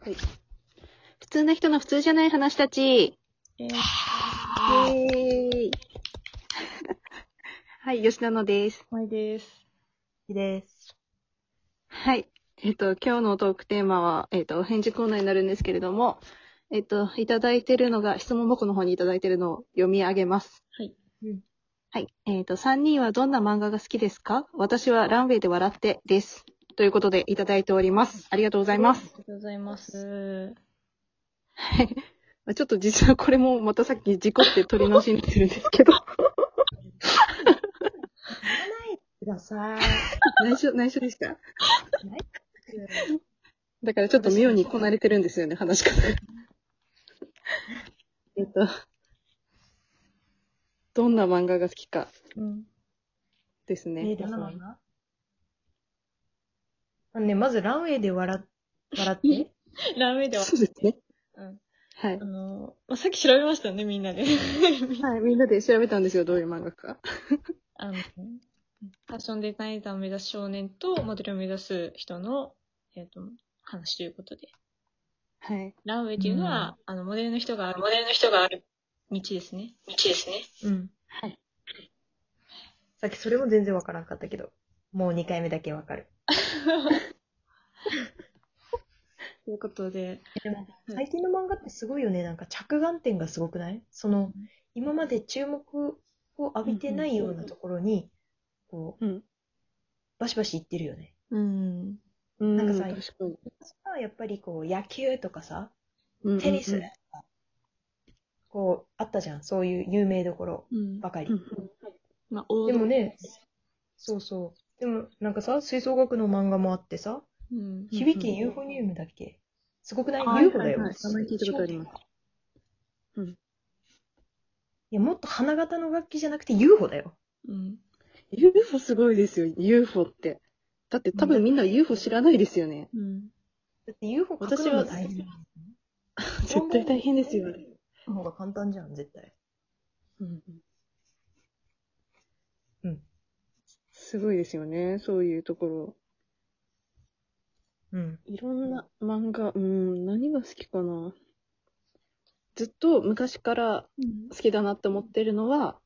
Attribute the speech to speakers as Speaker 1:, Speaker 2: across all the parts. Speaker 1: はい。普通な人の普通じゃない話たち。
Speaker 2: えー
Speaker 1: イェーイ。 はい、吉野のです。
Speaker 2: まいです。
Speaker 3: いいです。
Speaker 1: はい。えっと、今日のトークテーマは、えっと、お返事コーナーになるんですけれども、えっと、いただいてるのが、質問箱の方にいただいてるのを読み上げます。
Speaker 2: はい。
Speaker 1: はい。えっと、3人はどんな漫画が好きですか私はランウェイで笑ってです。ということで、いただいております。ありがとうございます
Speaker 2: あ。りがとうございます。
Speaker 1: はい。まあちょっと実はこれもまたさっき事故って取り直しになってるんですけど、
Speaker 3: ください。
Speaker 1: 内緒、内緒でした。だからちょっと妙にこなれてるんですよね、話し方が。えっと、どんな漫画が好きか
Speaker 2: うん。
Speaker 1: です
Speaker 3: ね
Speaker 1: ね。
Speaker 3: どんな漫
Speaker 2: です
Speaker 3: 画あのね、まずランウェイで笑っ、笑って。
Speaker 2: ラーメンでは、
Speaker 1: そうですね。
Speaker 2: うん。
Speaker 1: はい
Speaker 2: あ。の、まあ、さっき調べましたよね、みんなで。
Speaker 1: はい、みんなで調べたんですよ、どういう漫画か。
Speaker 2: あの、ファッションデザイナーを目指す少年とモデルを目指す人の、えっ、と、話ということで。
Speaker 1: はい。
Speaker 2: ランウェイっていうのは、あの、モデルの人がある、モデルの人がある道ですね。道ですね。
Speaker 3: うん。
Speaker 1: はい。
Speaker 3: さっきそれも全然わからんかったけど、もう2回目だけわかる。
Speaker 2: ということで、
Speaker 3: でも、
Speaker 2: うん
Speaker 3: 最近の漫画ってすごいよね。なんか着眼点がすごくないその、今まで注目を浴びてないようなところに、こう、
Speaker 1: うん。
Speaker 3: バシバシいってるよね。
Speaker 2: うん。
Speaker 1: うん、
Speaker 3: なんかさ
Speaker 1: 確かに
Speaker 3: 昔はやっぱりこう、野球とかさ、
Speaker 1: うん
Speaker 3: テニス
Speaker 1: う
Speaker 3: と
Speaker 1: ん
Speaker 3: か、こう、あったじゃん。そういう有名どころ
Speaker 2: うん。
Speaker 3: ばかり。
Speaker 1: うん
Speaker 2: まあ、王道
Speaker 3: でも、ね、そうそう。でも、なんかさ、吹奏楽の漫画もあってさ、
Speaker 2: うん。
Speaker 1: うん
Speaker 3: 響きユーフォニウムだっけすごくない
Speaker 1: あ
Speaker 3: ユーフォだよ。
Speaker 1: はいはいはい名前聞いたことありますうん
Speaker 3: いや、もっと花形の楽器じゃなくて UFO だよ。
Speaker 2: うん。
Speaker 1: UFO すごいですよ、UFO って。だって多分みんな UFO 知らないですよね。
Speaker 2: うん。
Speaker 3: だって UFO 書くのも大変。
Speaker 1: 絶対大変ですよ、あれ。
Speaker 3: の方が簡単じゃん、絶対。うん
Speaker 1: すごいですよね、そういうところ。
Speaker 3: うん。
Speaker 1: いろんな漫画、うん、何が好きかな。ずっと昔から
Speaker 2: うん
Speaker 1: 好きだなって思ってるのは、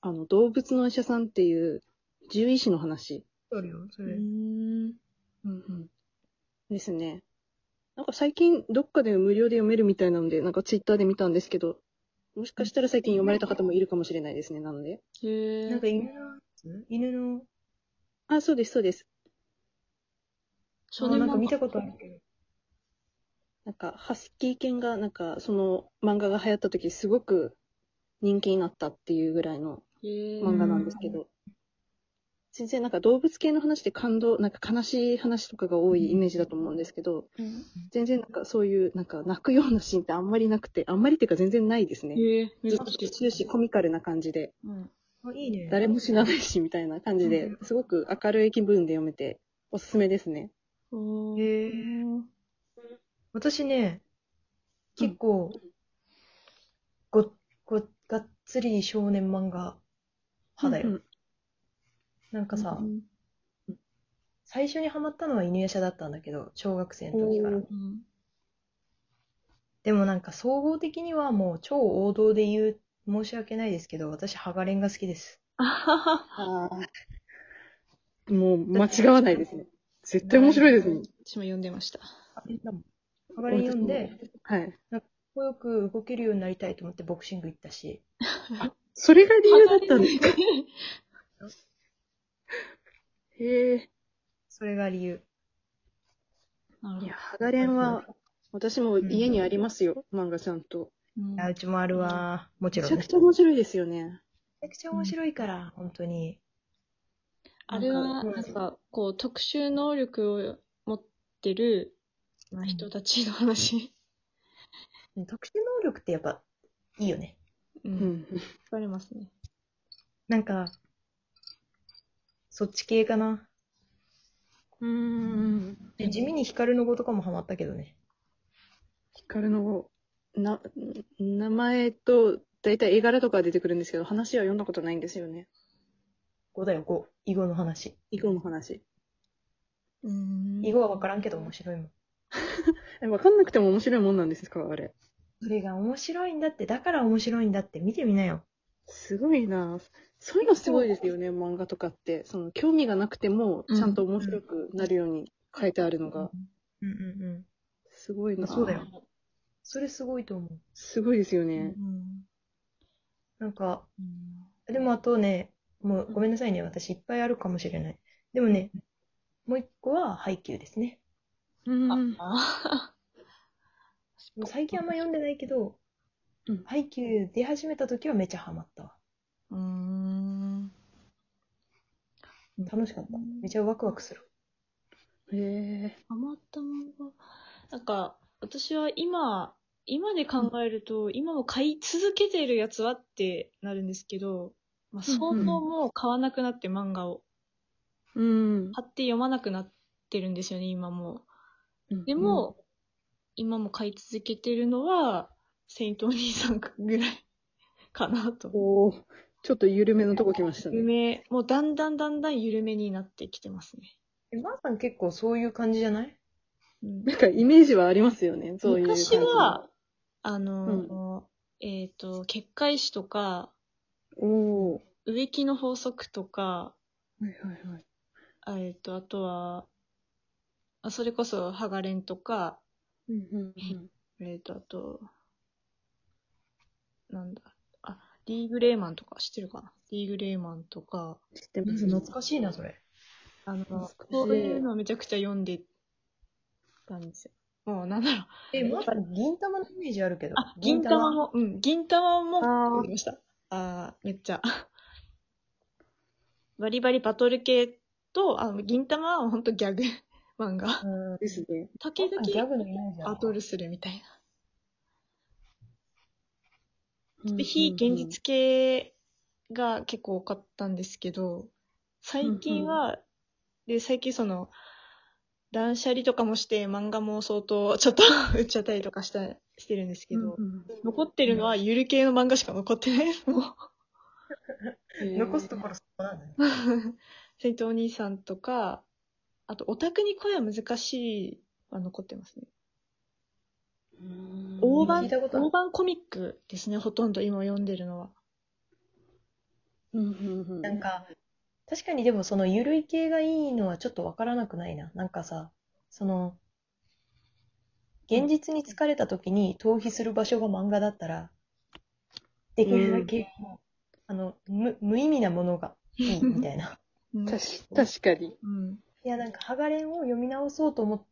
Speaker 1: あの、動物のお医者さんっていう、獣医師の話。
Speaker 3: あるよ、そうれ。
Speaker 2: ん。
Speaker 1: ですね。なんか最近どっかで無料で読めるみたいなので、なんかツイッターで見たんですけど、もしかしたら最近読まれた方もいるかもしれないですね、なので。
Speaker 2: へえ。
Speaker 3: なんか犬のやつ犬の、
Speaker 1: あ、そうです、そうです。
Speaker 2: 少
Speaker 3: あ
Speaker 2: 年
Speaker 3: なんか
Speaker 2: 漫
Speaker 3: 見
Speaker 2: 画。
Speaker 3: たことあるけど。
Speaker 1: なんか、ハスキー犬が、なんか、その漫画が流行った時、すごく人気になったっていうぐらいの
Speaker 2: へえ。
Speaker 1: 漫画なんですけど、全然なんか動物系の話って感動、なんか悲しい話とかが多いイメージだと思うんですけど、
Speaker 2: うん
Speaker 1: 全然なんかそういう、なんか泣くようなシーンってあんまりなくて、あんまりっていうか全然ないですね。
Speaker 2: へえ。
Speaker 1: ずっと終始コミカルな感じで、
Speaker 2: うん。
Speaker 3: あ、いいね。
Speaker 1: 誰も死なないしみたいな感じで
Speaker 3: う、
Speaker 1: すごく明るい気分で読めて、おすすめですね。
Speaker 2: おー
Speaker 3: へえ。私ね、結構、ご、ご、がっつり少年漫画派だよ。
Speaker 1: うん
Speaker 3: なんかさ、
Speaker 2: うん
Speaker 3: 最初にハマったのは犬夜叉だったんだけど、小学生の時から
Speaker 1: おー。
Speaker 2: うん
Speaker 3: でもなんか総合的にはもう超王道で言う、申し訳ないですけど、私、ハガレンが好きです。
Speaker 2: あはは。
Speaker 1: ああ。もう間違わないですね。絶対面白いですね。
Speaker 2: 私も読んでました。
Speaker 3: ハガレン読んで、
Speaker 1: はい。
Speaker 3: こよく動けるようになりたいと思ってボクシング行ったし、
Speaker 1: それが理由だったんですか。へえ。
Speaker 3: それが理由。
Speaker 2: なるほ
Speaker 1: い
Speaker 2: ど
Speaker 1: や、ハガレンは、私も家にありますよ、漫画ちゃんと。
Speaker 2: うん
Speaker 3: あ、うちもあるわ。もち
Speaker 1: め
Speaker 3: ろ
Speaker 1: ち
Speaker 3: ん、
Speaker 1: ゃ
Speaker 3: ね。め
Speaker 1: くち
Speaker 3: ち
Speaker 1: ゃ面白いですよね。
Speaker 3: ゃくちゃ面白いから、本当に。
Speaker 2: あれは、
Speaker 3: うん
Speaker 2: なんか、こう、特殊能力を持ってるまあ人たちの話。
Speaker 3: 特殊能力ってやっぱ、いいよね。
Speaker 2: う。
Speaker 1: うんん。
Speaker 2: 惹かれますね。
Speaker 3: なんか、そっち系かな。
Speaker 1: うん。
Speaker 3: で地味に光の語とかもハマったけどね。
Speaker 1: ヒカルの、な、名前と、だいたい絵柄とか出てくるんですけど、話は読んだことないんですよね。
Speaker 3: 語だよ、語。囲碁の話。
Speaker 1: 以後の話。
Speaker 2: うん
Speaker 3: 囲碁は分からんけど面白いもん。
Speaker 1: えわかんなくても面白いもんなんですか、あれ。
Speaker 3: それが面白いんだって、だから面白いんだって見てみなよ。
Speaker 1: すごいなそういうのすごいですよね、漫画とかって。その、興味がなくても、
Speaker 2: うん
Speaker 1: ちゃんと面白くなるように書いてあるのが、
Speaker 3: うんうんうん。
Speaker 1: すごいな
Speaker 3: そうだよ。それすごいと思う。
Speaker 1: すごいですよ
Speaker 2: う
Speaker 1: ね。
Speaker 2: ん。
Speaker 3: なんか、でもあとね、もうごめんなさいね、私いっぱいあるかもしれない。でもね、もう一個はハイキューですね。
Speaker 1: うん
Speaker 2: あ、あ
Speaker 3: もう最近あんま読んでないけど、
Speaker 1: うん
Speaker 3: ハイキュー出始めた時はめちゃハマったわ。
Speaker 2: ーうーん。
Speaker 3: 楽しかった。めちゃワクワクする。
Speaker 1: へえ
Speaker 2: ハマったものが、なんか、私は今、今で考えると、今も買い続けてるやつはってなるんですけど、まあ、
Speaker 1: うんうん
Speaker 2: 相当もう買わなくなって漫画を、
Speaker 1: うん。
Speaker 2: 買って読まなくなってるんですよね、今も。
Speaker 1: うん
Speaker 2: でも、今も買い続けてるのは、セイントお兄さんぐらい かなと。
Speaker 1: おーちょっと緩めのとこ来ましたね。
Speaker 2: 夢、もうだんだんだんだん緩めになってきてますね。
Speaker 3: え、ばあさん結構そういう感じじゃない
Speaker 2: うん
Speaker 1: なんかイメージはありますよね、そういう感じ
Speaker 2: 昔は、あの、えっ、と、結界誌とか、
Speaker 1: おお
Speaker 2: 植木の法則とか、
Speaker 1: ー。はいはいはい。
Speaker 2: あえっ、と、あとは、あそれこそ、ハガレンとか、
Speaker 1: うんうん
Speaker 2: えっ、と、あと、なんだ、あ、D ・グレーマンとか知ってるかな ?D ・グレーマンとか、
Speaker 1: 知ってます、
Speaker 3: 懐かしいな、それ。
Speaker 2: あの、
Speaker 1: 懐
Speaker 2: そ
Speaker 1: か
Speaker 2: う
Speaker 1: しい
Speaker 2: いうのをめちゃくちゃ読んでたんですよ。もう、なんだろう。
Speaker 3: え、ばあさん銀玉のイメージあるけど。
Speaker 2: あ、銀玉。も、うん、銀玉も読んでました。あーめっちゃ。バリバリバトル系と、あ銀玉はほんとギャグ 漫画。
Speaker 3: うん。
Speaker 1: ですね。
Speaker 2: 時々
Speaker 3: あギャグのイメージあ
Speaker 2: バ
Speaker 3: る
Speaker 2: トルするみたい
Speaker 1: うんうんう
Speaker 2: な。
Speaker 1: ん
Speaker 2: で、非現実系が結構多かったんですけど、最近は、で、最近その、断捨離とかもして漫画も相当ちょっと 売っちゃったりとかした、してるんですけど、残ってるのはゆる系の漫画しか残ってないです、もう。
Speaker 3: 残すところそこなんだね。
Speaker 2: セイントお兄さんとか、あと、オタクに声は難しいは残ってますね。
Speaker 1: うん
Speaker 2: 大
Speaker 3: 番
Speaker 2: 判、
Speaker 3: 聞いたことある
Speaker 2: 大判コミックですね、ほとんど今読んでるのは。
Speaker 1: うんうんうん
Speaker 3: なんか、確かにでもそのゆるい系がいいのはちょっとわからなくないな。なんかさ、その、現実に疲れた時に逃避する場所が漫画だったら、できるだけ、あの無、無意味なものがいいみたいな。
Speaker 2: うん
Speaker 1: 確か確かに。
Speaker 2: うん。
Speaker 3: いや、なんか、ハガレンを読み直そうと思っ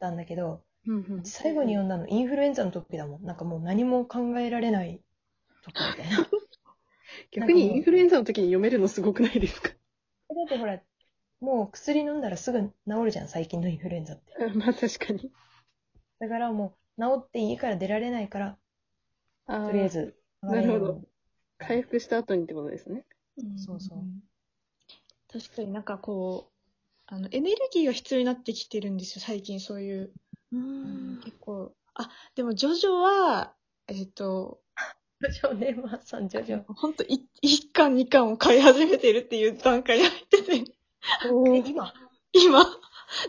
Speaker 3: たんだけど、
Speaker 1: うんうん
Speaker 3: 最後に読んだのインフルエンザの時だもん。なんかもう何も考えられない時みたいな。だ
Speaker 1: 逆にインフルエンザの時に読めるのすごくないですか
Speaker 3: ってほら、もう薬飲んだらすぐ治るじゃん、最近のインフルエンザって。
Speaker 1: まあ確かに。
Speaker 3: だからもう、治って家から出られないから、
Speaker 1: と
Speaker 3: とりあえ。ず、
Speaker 1: なるほど
Speaker 3: ハガレン
Speaker 1: 回
Speaker 3: を
Speaker 1: 復した後にってことですね。
Speaker 3: そうそう
Speaker 2: 確かになんかこう、あの、エネルギーが必要になってきてるんですよ、最近そういう。
Speaker 1: うん
Speaker 2: 結構。あ、でも、ジョジョは、えっ、と、
Speaker 3: 少年マッサン、ジョジョ。
Speaker 2: ほんと1、一巻、2巻を買い始めてるっていう段階に入ってて。
Speaker 3: え、今
Speaker 2: 今、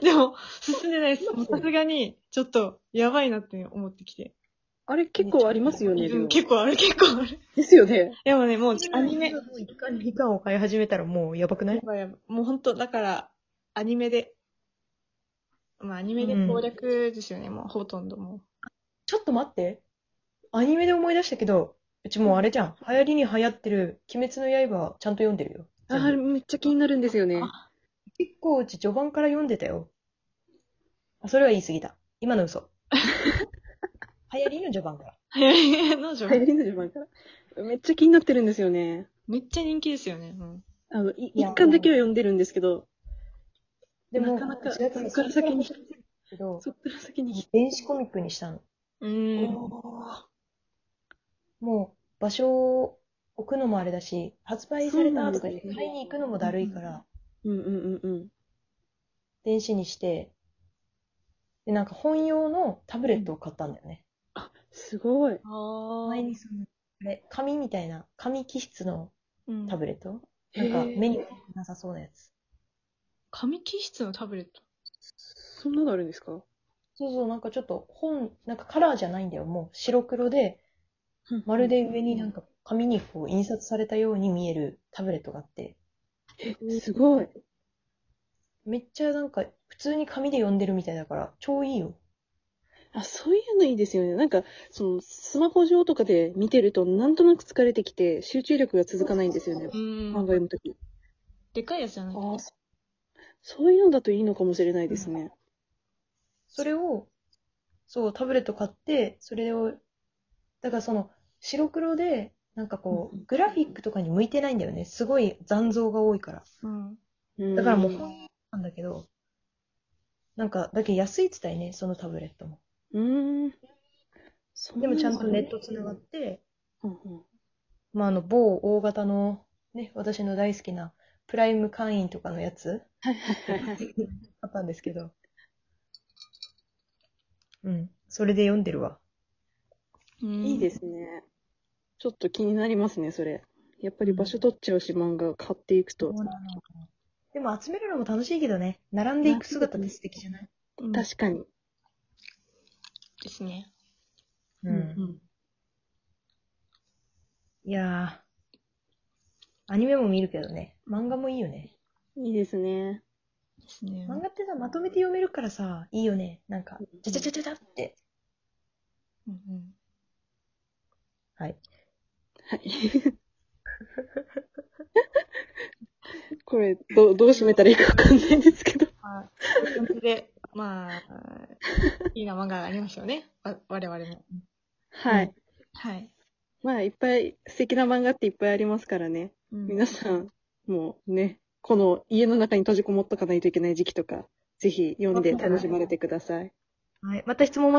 Speaker 2: でも、進んでないです。もうさすがに、ちょっと、やばいなって思ってきて。
Speaker 1: あれ結構ありますよね、で
Speaker 2: うん
Speaker 1: も
Speaker 2: 結構ある、結構ある。
Speaker 1: ですよね。
Speaker 2: でもね、もう、アニメ、
Speaker 3: もう1巻、2巻を買い始めたらもうやばくない
Speaker 2: やばいやばいもう本当だから、アニメで、まあ、アニメで攻略ですよね、もう、ほとんども
Speaker 3: ちょっと待って。アニメで思い出したけど、うちもうあれじゃん。流行りに流行ってる鬼滅の刃ちゃんと読んでるよ。
Speaker 1: あーめっちゃ気になるんですよね。
Speaker 2: あ
Speaker 3: 結構うち序盤から読んでたよ。あ、それは言い過ぎた。今の 嘘。流行りの序盤から。
Speaker 2: う。流行りの女
Speaker 1: 流行りの順番から。めっちゃ気になってるんですよね。
Speaker 2: めっちゃ人気ですよね。うん
Speaker 1: あの、い
Speaker 3: いや
Speaker 1: 一巻だけは読んでるんですけど、
Speaker 3: でも、
Speaker 1: なかなか、
Speaker 3: うちだけ
Speaker 1: そっから先に、
Speaker 3: そっからけど、
Speaker 1: そっから先に。
Speaker 3: 電子コミックにしたの。
Speaker 2: うーん。
Speaker 1: お
Speaker 3: もう、場所を置くのもあれだし、発売されたとか言って
Speaker 1: そうなんですね
Speaker 3: 買いに行くのもだるいから、
Speaker 1: うんうんうんうん。
Speaker 3: 電子にして、で、なんか本用のタブレットを買ったんだよね。
Speaker 1: すごい。
Speaker 2: あ
Speaker 3: 前
Speaker 2: ー
Speaker 3: にその、あれ、紙みたいな、紙気質の
Speaker 2: うん
Speaker 3: タブレット、なんか目になさそうなやつ。
Speaker 2: 紙気質のタブレット。
Speaker 1: そんなのあるんですか
Speaker 3: そうそう、なんかちょっと本、なんかカラーじゃないんだよ。もう白黒で、まるで上になんか紙にこう印刷されたように見えるタブレットがあって、
Speaker 1: すごい。
Speaker 3: めっちゃなんか普通に紙で読んでるみたいだから、超いいよ。
Speaker 1: あ、そういうのいいですよね。なんか、その、スマホ上とかで見てると、なんとなく疲れてきて、集中力が続かないんですよね。
Speaker 2: うん
Speaker 1: 漫画読むとき。
Speaker 2: でかいやつじゃない
Speaker 3: ああ、
Speaker 1: そういうのだといいのかもしれないですね。
Speaker 3: それを、そう、タブレット買って、それを、だからその、白黒で、なんかこ
Speaker 1: う
Speaker 3: う、グラフィックとかに向いてないんだよね。すごい残像が多いから。
Speaker 2: うん。。
Speaker 1: うん
Speaker 3: だからもう、なんだけど、なんか、だけど安いって言ったよね、そのタブレットも。
Speaker 1: うーん。そう
Speaker 3: でもちゃんとネッ
Speaker 1: ト。
Speaker 3: トつながって、
Speaker 1: うんうん
Speaker 3: まあ、あの、某大型の、ね、私の大好きな、プライム会員とかのや つ、あったんですけど。うん、それで読んでるわ。
Speaker 1: いいですすね。ちょっと気になりますね、それ。やっぱり場所取っちゃうし、漫画買っていくと。
Speaker 3: でも集めるのも楽しいけどね、並んでいく姿って素敵じゃない
Speaker 2: うんで
Speaker 1: 確かに。
Speaker 2: すね。
Speaker 3: う。
Speaker 1: うん
Speaker 3: いやー、アニメも見るけどね、漫画もいいよ
Speaker 1: う
Speaker 3: ね。
Speaker 1: んいいですね。
Speaker 2: ですね。
Speaker 3: 漫画ってさ、まとめて読めるからさ、いいよね。なんか、ちゃちゃちゃちゃちゃって。
Speaker 2: うんうん
Speaker 3: はい。
Speaker 1: はい。 これ、どう、どう締めたらいいかわかんないんですけど。
Speaker 2: はい。という感じで、ま あ、いいな漫画がありますよね。わ我々も。
Speaker 1: はい。
Speaker 2: はい。
Speaker 1: まあ、いっぱい、素敵な漫画っていっぱいありますからね。
Speaker 2: うん
Speaker 1: 皆さん、もうね、この家の中に閉じこもっとかないといけない時期とか、ぜひ読んで楽しまれてください。
Speaker 3: はい、また質問